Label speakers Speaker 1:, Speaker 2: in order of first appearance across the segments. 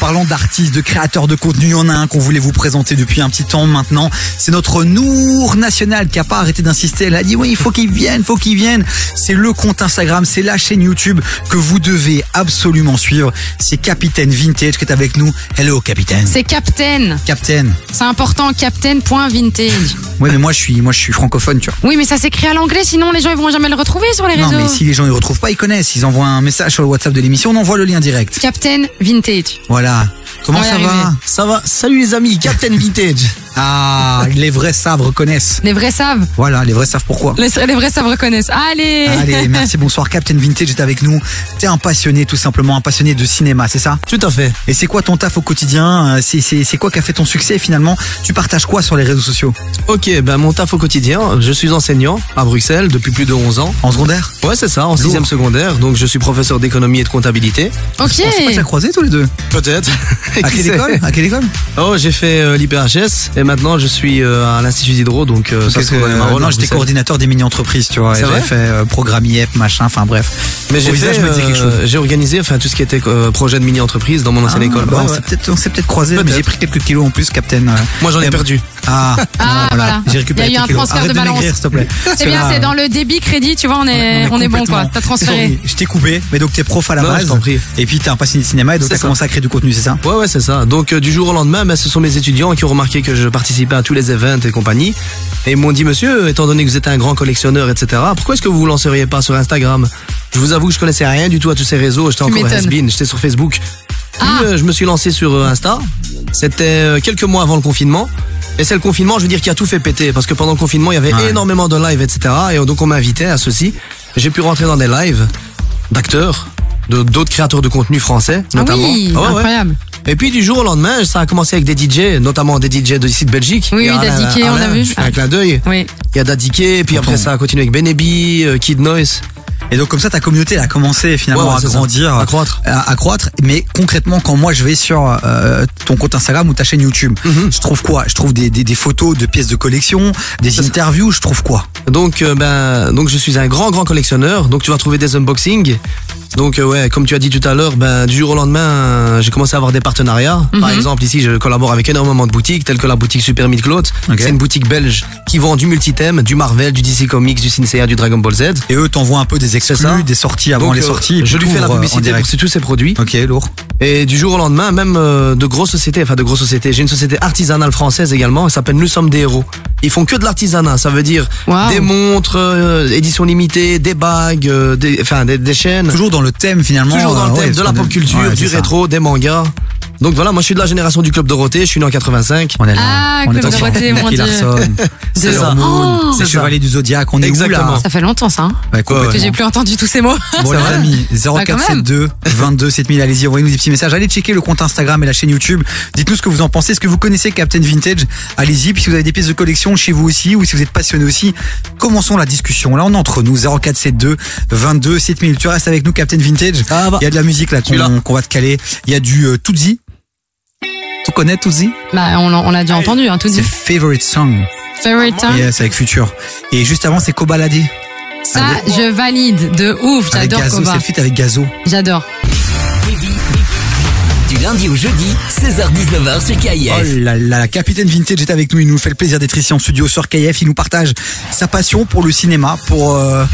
Speaker 1: parlant d'artistes, de créateurs de contenu, il y en a un qu'on voulait vous présenter depuis un petit temps maintenant. C'est notre Nour National qui a pas arrêté d'insister. Elle a dit oui, il faut qu'il vienne, il faut qu'il vienne. C'est le compte Instagram, c'est la chaîne YouTube que vous devez absolument suivre. C'est Capitaine Vintage qui est avec nous. Hello Capitaine.
Speaker 2: C'est Captain.
Speaker 1: Captain.
Speaker 2: C'est important, Captain.vintage.
Speaker 1: Ouais, mais moi je suis, moi je suis francophone, tu vois.
Speaker 2: Oui, mais ça s'écrit à l'anglais, sinon les gens ils vont jamais le retrouver sur les réseaux.
Speaker 1: Non, mais si les gens ne retrouvent pas, ils connaissent. Ils envoient un message sur le WhatsApp de l'émission, on envoie le lien direct.
Speaker 2: Captain Vintage.
Speaker 1: Voilà. Comment
Speaker 2: On va y
Speaker 1: ça va
Speaker 2: arriver.
Speaker 3: Ça va Salut les amis, Captain Vintage.
Speaker 1: Ah, les vrais sabres connaissent.
Speaker 2: Les vrais savent.
Speaker 1: Voilà, les vrais savent pourquoi.
Speaker 2: Les, les vrais savent reconnaissent. Allez,
Speaker 1: Allez, merci, bonsoir. Captain Vintage est avec nous. T'es un passionné, tout simplement, un passionné de cinéma, c'est ça
Speaker 3: Tout à fait.
Speaker 1: Et c'est quoi ton taf au quotidien Euh, C'est c'est- c'est quoi qui a fait ton succès finalement Tu partages quoi sur les réseaux sociaux
Speaker 3: Ok, ben mon taf au quotidien, je suis enseignant à Bruxelles depuis plus de 11 ans.
Speaker 1: En secondaire
Speaker 3: Ouais, c'est ça, en 6 secondaire, donc je suis professeur d'économie et de comptabilité.
Speaker 1: Ah, Je pensais pas que t'as
Speaker 2: Ok.
Speaker 1: croisé tous les deux.
Speaker 3: Peut-être.
Speaker 1: À
Speaker 3: Qui
Speaker 1: quelle
Speaker 3: sait
Speaker 1: école À quelle école
Speaker 3: Oh, j'ai fait euh, l'IPHS et maintenant je suis euh, à l'Institut d'Hydro, donc euh, ça
Speaker 1: Parce
Speaker 3: se
Speaker 1: que,
Speaker 3: trouve dans les
Speaker 1: euh,
Speaker 3: Marolles,
Speaker 1: non,
Speaker 3: à
Speaker 1: j'étais
Speaker 3: Bruxelles.
Speaker 1: coordinateur des mini-entreprises, tu vois. et
Speaker 3: C'est
Speaker 1: J'avais
Speaker 3: vrai
Speaker 1: fait euh, programme IEP, machin, enfin bref.
Speaker 3: Mais j'ai
Speaker 1: Au visage
Speaker 3: fait,
Speaker 1: me disait quelque chose.
Speaker 3: euh, j'ai organisé enfin, tout ce qui était euh, projet de mini-entreprise dans mon ancienne
Speaker 1: Ah,
Speaker 3: école.
Speaker 1: bah,
Speaker 3: Ouais,
Speaker 1: on
Speaker 3: ouais.
Speaker 1: s'est peut-être on s'est peut-être croisés, mais
Speaker 3: Peut-être.
Speaker 1: j'ai pris quelques kilos en plus, Captain. euh.
Speaker 3: Moi j'en
Speaker 1: Eh
Speaker 3: ai
Speaker 1: ben,
Speaker 3: perdu.
Speaker 1: Ah,
Speaker 2: Ah, voilà.
Speaker 1: J'ai récupéré
Speaker 2: Il y a eu
Speaker 1: quelques
Speaker 2: un
Speaker 1: kilos.
Speaker 2: transfert
Speaker 1: Arrête
Speaker 2: de balance.
Speaker 1: maigrir, s'il te plaît.
Speaker 2: C'est Eh bien, c'est dans le débit crédit, tu vois, on est, Eh, on est bon quoi. T'as transféré.
Speaker 1: Sorry, je t'ai coupé, mais donc t'es prof à la
Speaker 3: Non,
Speaker 1: base.
Speaker 3: je t'en prie.
Speaker 1: Et puis t'es un passionné de cinéma et donc
Speaker 3: C'est
Speaker 1: t'as
Speaker 3: ça.
Speaker 1: commencé à créer du contenu, c'est ça
Speaker 2: hein.
Speaker 3: Ouais, ouais, c'est ça. Donc, euh, du jour au lendemain, ben, ce sont mes étudiants qui ont remarqué que je participais à tous les events et compagnie. Et ils m'ont dit, monsieur, euh, étant donné que vous êtes un grand collectionneur, etc., pourquoi est-ce que vous vous lanceriez pas sur Instagram Je vous avoue que je connaissais rien du tout à tous ces réseaux. J'étais encore
Speaker 2: m'étonnes.
Speaker 3: has-been, j'étais sur Facebook. Puis,
Speaker 2: Ah.
Speaker 3: euh, je me suis lancé sur euh, Insta. C'était euh, quelques mois avant le confinement. Et c'est le confinement, je veux dire, qui a tout fait péter. Parce que pendant le confinement, il y avait
Speaker 1: Ouais.
Speaker 3: énormément de lives, etc. Et euh, donc, on m'invitait à ceci. J'ai pu rentrer dans des lives d'acteurs, de d'autres créateurs de contenu français,
Speaker 2: Ah
Speaker 3: notamment.
Speaker 2: oui,
Speaker 3: Ah ouais, ouais.
Speaker 2: incroyable.
Speaker 3: Et puis du jour au lendemain, ça a commencé avec des DJ, notamment des DJ de ici de Belgique.
Speaker 2: Oui,
Speaker 3: Il y
Speaker 2: oui,
Speaker 3: Alain-
Speaker 2: Daddy Kay, on
Speaker 3: Alain,
Speaker 2: a vu.
Speaker 3: je fais Un clin d'œil.
Speaker 2: Oui.
Speaker 3: Il y a Dadiké, puis après
Speaker 1: Entend.
Speaker 3: ça a continué avec Benebi, euh, Kid Noise.
Speaker 1: Et donc comme ça, ta communauté elle a commencé finalement
Speaker 3: Ouais, ouais,
Speaker 1: à
Speaker 3: c'est ça.
Speaker 1: grandir, euh,
Speaker 3: À croître.
Speaker 1: à, à croître. Mais concrètement, quand moi je vais sur euh, ton compte Instagram ou ta chaîne YouTube,
Speaker 3: Mhm.
Speaker 1: je trouve quoi Je trouve des, des, des photos de pièces de collection, des
Speaker 3: ça.
Speaker 1: interviews. Je trouve quoi
Speaker 3: Donc, euh, ben, donc je suis un grand, grand collectionneur. Donc tu vas trouver des unboxings. Donc euh, ouais, comme tu as dit tout à l'heure, ben, du jour au lendemain, euh, j'ai commencé à avoir des partenariats. Par
Speaker 2: Mhm.
Speaker 3: exemple, ici, je collabore avec énormément de boutiques, telles que la boutique Super Midcloth.
Speaker 1: Ok.
Speaker 3: C'est une boutique belge qui vend du multithème, du Marvel, du DC Comics, du Sincea, du Dragon Ball Z.
Speaker 1: Et eux t'envoient un peu des
Speaker 3: ça.
Speaker 1: exclus, des sorties avant
Speaker 3: Donc,
Speaker 1: les
Speaker 3: euh,
Speaker 1: sorties. et
Speaker 3: je
Speaker 1: puis
Speaker 3: lui fais la
Speaker 1: t'ouvres, euh, en
Speaker 3: publicité
Speaker 1: direct.
Speaker 3: pour tous ces produits.
Speaker 1: Ok, lourd.
Speaker 3: Et du jour au lendemain, même euh, de grosses sociétés, enfin de grosses sociétés, j'ai une société artisanale française également, elle s'appelle Nous sommes des héros. Ils font que de l'artisanat, ça veut dire
Speaker 2: Waouh.
Speaker 3: des montres, euh, éditions limitées, des bagues, euh, des, enfin des, des chaînes.
Speaker 1: Toujours dans le thème finalement.
Speaker 3: Toujours dans
Speaker 1: euh,
Speaker 3: le thème
Speaker 1: ouais,
Speaker 3: de la pop culture,
Speaker 1: ouais,
Speaker 3: du
Speaker 1: c'est ça.
Speaker 3: rétro, des mangas. Donc voilà, moi je suis de la génération du Club Dorothée, je suis né en 85.
Speaker 1: On est là.
Speaker 2: Ah,
Speaker 1: on est
Speaker 2: Club
Speaker 1: dans
Speaker 2: Dorothée,
Speaker 1: Jean-Pierre
Speaker 2: mon Dieu.
Speaker 1: Larson,
Speaker 3: C'est
Speaker 1: Sailor
Speaker 3: ça.
Speaker 1: Moon,
Speaker 2: Oh.
Speaker 1: c'est
Speaker 3: C'est
Speaker 1: Chevalier du Zodiac. On est où là
Speaker 3: Exactement.
Speaker 2: Ça fait longtemps ça, hein,
Speaker 1: Ah. Ouais,
Speaker 2: que
Speaker 1: complètement.
Speaker 2: j'ai plus entendu tous ces mots.
Speaker 1: Bon les amis,
Speaker 2: quand même.
Speaker 1: 0472 22 7000, allez-y, envoyez-nous des petits messages. Allez checker le compte Instagram et la chaîne YouTube. Dites-nous ce que vous en pensez. Est-ce que vous connaissez Captain Vintage Allez-y, puis si vous avez des pièces de collection chez vous aussi, ou si vous êtes passionné aussi, commençons la discussion. Là, on est entre nous, 0472 22 7000. Tu restes avec nous, Captain Vintage.
Speaker 3: Ah bah.
Speaker 1: Il y a de la musique là
Speaker 3: Celui-là.
Speaker 1: qu'on qu'on va te caler. Il y a du euh, Tootsie. Tu connais Tootsie
Speaker 2: Bah, on l'a on l'a déjà entendu, hein, tout
Speaker 1: C'est
Speaker 2: dit.
Speaker 1: Favorite Song.
Speaker 2: Favorite time.
Speaker 1: Et euh, c'est avec Future. Et juste avant, c'est Kobalade.
Speaker 2: Ça, je valide de ouf.
Speaker 1: Avec
Speaker 2: J'adore
Speaker 1: Gazo, c'est
Speaker 2: Koba.
Speaker 1: le feat avec Gazo.
Speaker 2: J'adore.
Speaker 4: Du lundi au jeudi, 16h-19h sur
Speaker 1: Oh
Speaker 3: Ah
Speaker 4: KIF.
Speaker 1: là là, la capitaine Vintage est avec nous. Il nous fait le plaisir d'être ici en studio sur KF. Il nous partage sa passion pour le cinéma, pour euh,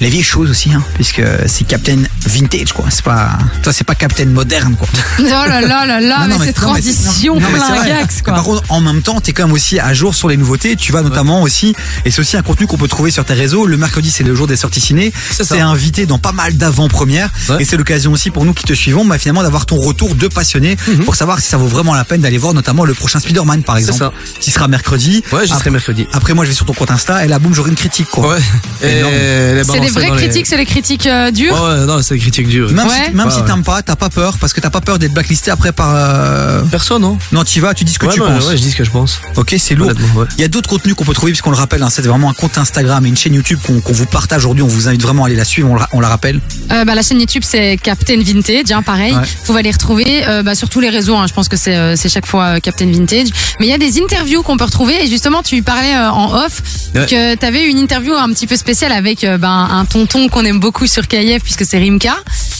Speaker 1: les vieilles choses aussi, hein, puisque c'est Captain Vintage, quoi. C'est pas, toi, c'est pas Captain moderne, quoi.
Speaker 2: Oh là là là
Speaker 3: Ah,
Speaker 2: là, mais,
Speaker 1: Non, non,
Speaker 2: c'est
Speaker 1: non, mais
Speaker 2: transition
Speaker 1: non, non, mais c'est vrai. Bah,
Speaker 2: flingax,
Speaker 1: Mais
Speaker 2: quoi.
Speaker 1: Par contre, en même temps, t'es quand même aussi à jour sur les nouveautés. Tu vas notamment aussi, et c'est aussi un contenu qu'on peut trouver sur tes réseaux. Le mercredi, c'est le jour des sorties ciné.
Speaker 3: C'est ça.
Speaker 1: T'es invité dans pas mal d'avant-premières.
Speaker 3: Ouais.
Speaker 1: Et c'est l'occasion aussi pour nous qui te suivons, bah, finalement, d'avoir ton retour de passionné
Speaker 3: Mhm.
Speaker 1: pour savoir si ça vaut vraiment la peine d'aller voir notamment le prochain Spider-Man, par exemple.
Speaker 3: ça.
Speaker 1: Qui sera mercredi.
Speaker 3: Ouais, j'y
Speaker 1: après,
Speaker 3: serai mercredi.
Speaker 1: après, moi, je vais sur ton compte Insta et là, boum, j'aurai une critique, quoi.
Speaker 3: Ouais. Et
Speaker 1: Énorme.
Speaker 3: les
Speaker 2: C'est
Speaker 3: balancer
Speaker 2: des vraies
Speaker 3: dans les-
Speaker 2: critiques, c'est les critiques euh, dures.
Speaker 3: Ouais, ouais, non, c'est des critiques dures.
Speaker 1: Même
Speaker 2: Ouais.
Speaker 1: si, même
Speaker 3: Ouais, Bah
Speaker 1: si
Speaker 3: ouais.
Speaker 1: t'aimes pas, t'as pas peur, parce que t'as pas peur d'être blacklisté après par, euh...
Speaker 3: Personne, non
Speaker 1: non, t'y vas, tu dis ce que
Speaker 3: ouais,
Speaker 1: tu
Speaker 3: ouais,
Speaker 1: penses.
Speaker 3: ouais, je dis ce que je pense.
Speaker 1: Ok, c'est lourd.
Speaker 3: Honnêtement, ouais.
Speaker 1: Il y a d'autres contenus qu'on peut trouver, puisqu'on le rappelle, hein, c'est vraiment un compte Instagram et une chaîne YouTube qu'on qu'on vous partage aujourd'hui. On vous invite vraiment à aller la suivre, on la, on la rappelle.
Speaker 2: Euh, bah, la chaîne YouTube, c'est Captain Vintage, hein, pareil.
Speaker 1: Ouais.
Speaker 2: Vous allez retrouver euh, bah, sur tous les réseaux. hein, je pense que c'est euh, c'est chaque fois euh, Captain Vintage. Mais il y a des interviews qu'on peut retrouver. Et justement, tu parlais euh, en off
Speaker 3: Ouais.
Speaker 2: que tu avais une interview un petit peu spéciale avec euh, ben, un tonton qu'on aime beaucoup sur KIF puisque c'est Rimka.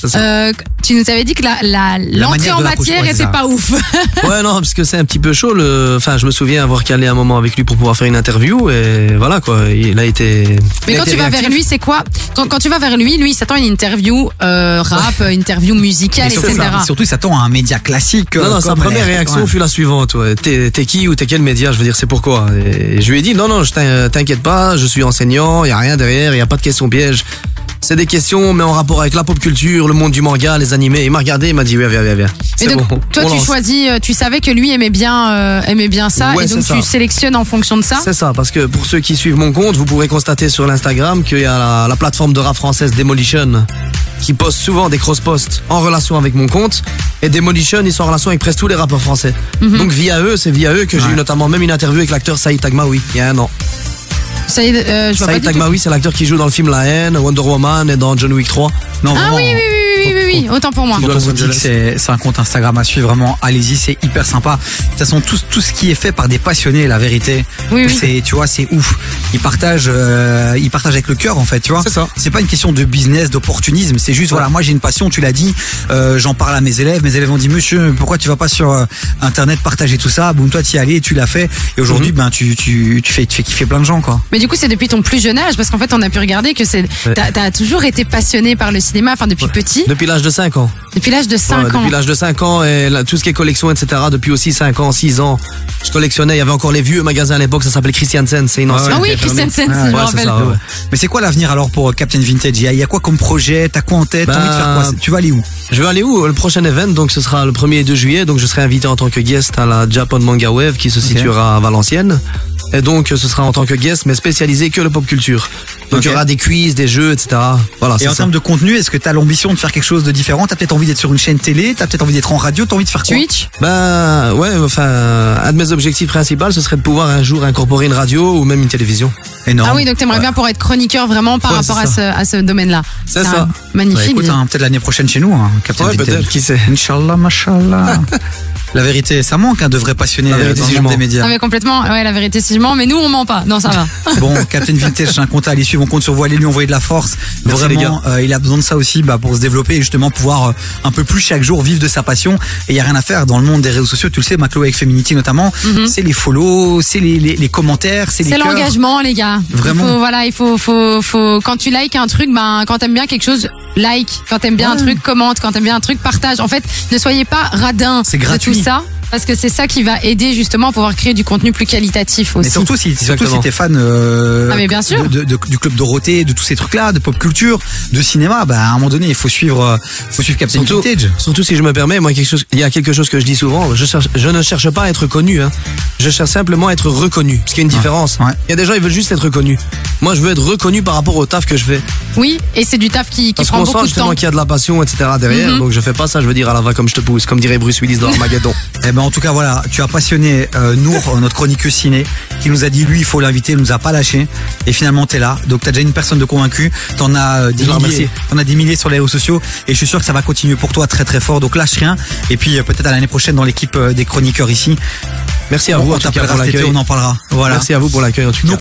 Speaker 3: ça.
Speaker 2: Euh, tu nous avais dit que la, la, l'entrée
Speaker 1: manière
Speaker 2: en
Speaker 1: de l'approche,
Speaker 2: matière
Speaker 1: ouais, c'est
Speaker 2: était
Speaker 1: ça.
Speaker 2: pas ouf.
Speaker 3: Ouais, non, parce que c'est un petit peu chaud. Le... Enfin, je me souviens avoir calé un moment avec lui pour pouvoir faire une interview et voilà quoi. Il a été.
Speaker 2: Mais
Speaker 3: il a
Speaker 2: quand
Speaker 3: été
Speaker 2: tu vas
Speaker 3: réactif.
Speaker 2: vers lui, c'est quoi quand, quand tu vas vers lui, lui, il s'attend à une interview euh, rap, euh, interview musicale,
Speaker 1: Et surtout,
Speaker 2: etc.
Speaker 1: ça- surtout, il s'attend à un média classique.
Speaker 3: Non,
Speaker 1: euh,
Speaker 3: non, sa
Speaker 1: comme
Speaker 3: première
Speaker 1: les-
Speaker 3: réaction
Speaker 1: ouais.
Speaker 3: fut la suivante. ouais. T'es t'es qui ou t'es quel média Je veux dire, c'est pourquoi Et je lui ai dit, non, non, je t'in- t'inquiète pas, je suis enseignant, il a rien derrière, il a pas de questions pièges. C'est des questions, mais en rapport avec la pop culture, le monde du manga, les animés. Il m'a regardé, il m'a dit, viens, viens, viens, viens.
Speaker 2: Et
Speaker 3: C'est
Speaker 2: donc,
Speaker 3: bon,
Speaker 2: toi,
Speaker 3: on
Speaker 2: tu
Speaker 3: lance.
Speaker 2: choisis, euh, tu savais que lui aimait bien, euh, aimait bien ça,
Speaker 3: Ouais,
Speaker 2: et donc
Speaker 3: c'est
Speaker 2: tu
Speaker 3: ça.
Speaker 2: sélectionnes en fonction de ça.
Speaker 3: C'est ça, parce que pour ceux qui suivent mon compte, vous pourrez constater sur l'Instagram qu'il y a la, la plateforme de rap française Demolition qui poste souvent des cross-posts en relation avec mon compte. Et Demolition, ils sont en relation avec presque tous les rappeurs français.
Speaker 2: Mhm.
Speaker 3: Donc via eux, c'est via eux que j'ai eu notamment même une interview avec l'acteur Saïd Tagmaoui il y a un an.
Speaker 2: Ça y est, euh, je vois pas
Speaker 3: Saïd
Speaker 2: du tout.
Speaker 3: Tagmaoui, c'est l'acteur qui joue dans le film La haine, Wonder Woman et dans John Wick 3.
Speaker 1: Non,
Speaker 2: Ah
Speaker 1: vraiment,
Speaker 2: oui, oui, oui, oui, oui, oui, autant pour moi.
Speaker 1: Quand
Speaker 3: Los
Speaker 1: on vous dit
Speaker 3: Angeles.
Speaker 1: que c'est c'est un compte Instagram à suivre, vraiment, allez-y, c'est hyper sympa. De toute façon, tout, tout ce qui est fait par des passionnés, la vérité,
Speaker 2: Oui, oui.
Speaker 1: c'est, tu vois, c'est ouf. Ils partagent, euh, ils partagent avec le cœur, en fait, tu vois.
Speaker 3: C'est ça.
Speaker 1: C'est pas une question de business, d'opportunisme. C'est juste, voilà, moi j'ai une passion, tu l'as dit. euh, J'en parle à mes élèves. Mes élèves ont dit, monsieur, pourquoi tu vas pas sur euh, internet partager tout ça Boum, toi t'y es allé, tu l'as fait. Et aujourd'hui,
Speaker 3: Mhm.
Speaker 1: ben tu, tu, tu fais, tu fais kiffer plein de gens, quoi.
Speaker 2: Mais du coup, c'est depuis ton plus jeune âge, parce qu'en fait, on a pu regarder que c'est,
Speaker 3: Ouais.
Speaker 2: t'as, t'as toujours été passionné par le cinéma, enfin, depuis petit,
Speaker 3: Depuis l'âge de 5 ans.
Speaker 2: depuis l'âge de 5
Speaker 3: Ouais,
Speaker 2: ans.
Speaker 3: Depuis l'âge de 5 ans et là, tout ce qui est collection, etc. Depuis aussi 5 ans, 6 ans, je collectionnais. Il y avait encore les vieux magasins à l'époque, ça s'appelait Christiansen, c'est une ancienne.
Speaker 2: ah
Speaker 3: qui
Speaker 2: oui,
Speaker 3: a fermé.
Speaker 2: Christian Sensi,
Speaker 3: Ouais,
Speaker 2: je me
Speaker 3: c'est
Speaker 2: rappelle.
Speaker 3: ça, ouais.
Speaker 1: Mais c'est quoi l'avenir alors pour euh, Captain Vintage Il y a- il y, a quoi comme projet T'as quoi en tête T'as envie de faire
Speaker 3: Ben,
Speaker 1: quoi C'est- Tu vas aller où
Speaker 3: Je vais aller où Le prochain event, donc ce sera le 1er et 2 juillet, donc je serai invité en tant que guest à la Japan Manga Wave qui se situera à Valenciennes. Et donc ce sera en tant que guest, mais spécialisé que le pop culture. Donc il y
Speaker 1: Ok.
Speaker 3: aura des quiz, des jeux, etc. Voilà,
Speaker 1: Et
Speaker 3: c'est
Speaker 1: en
Speaker 3: Ah, ça.
Speaker 1: termes de contenu, est-ce que t'as l'ambition de faire quelque chose de différent T'as peut-être envie d'être sur une chaîne télé T'as peut-être envie d'être en radio T'as envie de faire quoi
Speaker 2: Twitch
Speaker 3: Ben ouais, enfin, un de mes objectifs principaux, ce serait de pouvoir un jour incorporer une radio ou même une télévision.
Speaker 1: Énorme.
Speaker 2: Ah oui, donc t'aimerais bien pour être chroniqueur vraiment par
Speaker 3: Ouais,
Speaker 2: rapport à
Speaker 3: c'est
Speaker 2: ce, à ce domaine-là.
Speaker 3: C'est
Speaker 2: un
Speaker 3: ça.
Speaker 1: Bah,
Speaker 2: Magnifique.
Speaker 1: écoute, hein, peut-être l'année prochaine chez nous, hein, Captain
Speaker 3: Ouais,
Speaker 1: Vintage.
Speaker 3: peut-être, qui sait.
Speaker 1: Inch'Allah, mashallah. La vérité, ça manque hein, de vrais passionnés
Speaker 3: La vérité,
Speaker 1: dans le
Speaker 3: si je
Speaker 1: monde des
Speaker 3: mens.
Speaker 1: médias.
Speaker 2: Non, mais complètement, ouais, la vérité, si je mens, mais nous, on ment pas. Non, ça va.
Speaker 1: Bon, Captain Vintage, j'ai un compte à aller suivre, on compte sur vous, allez lui envoyer de la force.
Speaker 3: Merci, les
Speaker 1: Vraiment, euh, il a besoin de ça aussi bah, pour se développer et justement pouvoir euh, un peu plus chaque jour vivre de sa passion. Et il y a rien à faire dans le monde des réseaux sociaux, tu le sais, Maclo avec Feminity notamment, c'est les follow, c'est les, les, les commentaires, c'est les
Speaker 2: Mhm. C'est
Speaker 1: cœurs.
Speaker 2: l'engagement, les gars.
Speaker 1: Vraiment.
Speaker 2: Il faut, voilà, il faut, faut, faut, quand tu likes un truc, ben, quand t'aimes bien quelque chose, like. Quand t'aimes bien un truc, commente. Quand t'aimes bien un truc, partage. En fait, ne soyez pas radin
Speaker 1: C'est
Speaker 2: de
Speaker 1: gratuit.
Speaker 2: tout ça. Parce que c'est ça qui va aider justement à pouvoir créer du contenu plus qualitatif
Speaker 1: Mais
Speaker 2: aussi.
Speaker 1: surtout si, surtout
Speaker 3: Exactement.
Speaker 1: si t'es fan euh,
Speaker 2: Ah, mais bien sûr.
Speaker 1: de- de- de- du club Dorothée, de tous ces trucs-là, de pop culture, de cinéma, bah, à un moment donné, il faut suivre, euh, faut suivre Captain
Speaker 3: Surtout-
Speaker 1: Vintage.
Speaker 3: Surtout si je me permets, moi quelque chose, il y a quelque chose que je dis souvent, je, cherche- je ne cherche pas à être connu, hein. je cherche simplement à être reconnu, parce qu'il y a une différence.
Speaker 1: ouais.
Speaker 3: Il y a des gens, ils veulent juste être connus. Moi, je veux être reconnu par rapport au taf que je fais.
Speaker 2: Oui, et c'est du taf qui, qui
Speaker 3: Parce
Speaker 2: prend
Speaker 3: qu'on sent
Speaker 2: beaucoup de
Speaker 3: justement
Speaker 2: temps.
Speaker 3: qu'il y a de la passion, etc. derrière, donc je fais pas ça, je veux dire à la va comme je te pousse, comme dirait Bruce Willis dans Armageddon.
Speaker 1: Eh ben en tout cas voilà, tu as passionné euh, Nour, euh, notre chroniqueux ciné, qui nous a dit lui il faut l'inviter, il nous a pas lâché, et finalement t'es là, donc t'as déjà une personne de convaincue, t'en as euh, des
Speaker 3: Je
Speaker 1: milliers,
Speaker 3: le remercie.
Speaker 1: t'en as des milliers sur les réseaux sociaux, et je suis sûr que ça va continuer pour toi très très fort, donc lâche rien, et puis euh, peut-être à l'année prochaine dans l'équipe euh, des chroniqueurs ici,
Speaker 3: Merci à
Speaker 1: on,
Speaker 3: vous,
Speaker 1: on
Speaker 3: en tout cas,
Speaker 1: t'appellera
Speaker 3: pour
Speaker 1: cet été,
Speaker 3: l'accueil.
Speaker 1: on en parlera. Voilà.
Speaker 3: Merci à vous pour l'accueil, en tout cas.
Speaker 1: Donc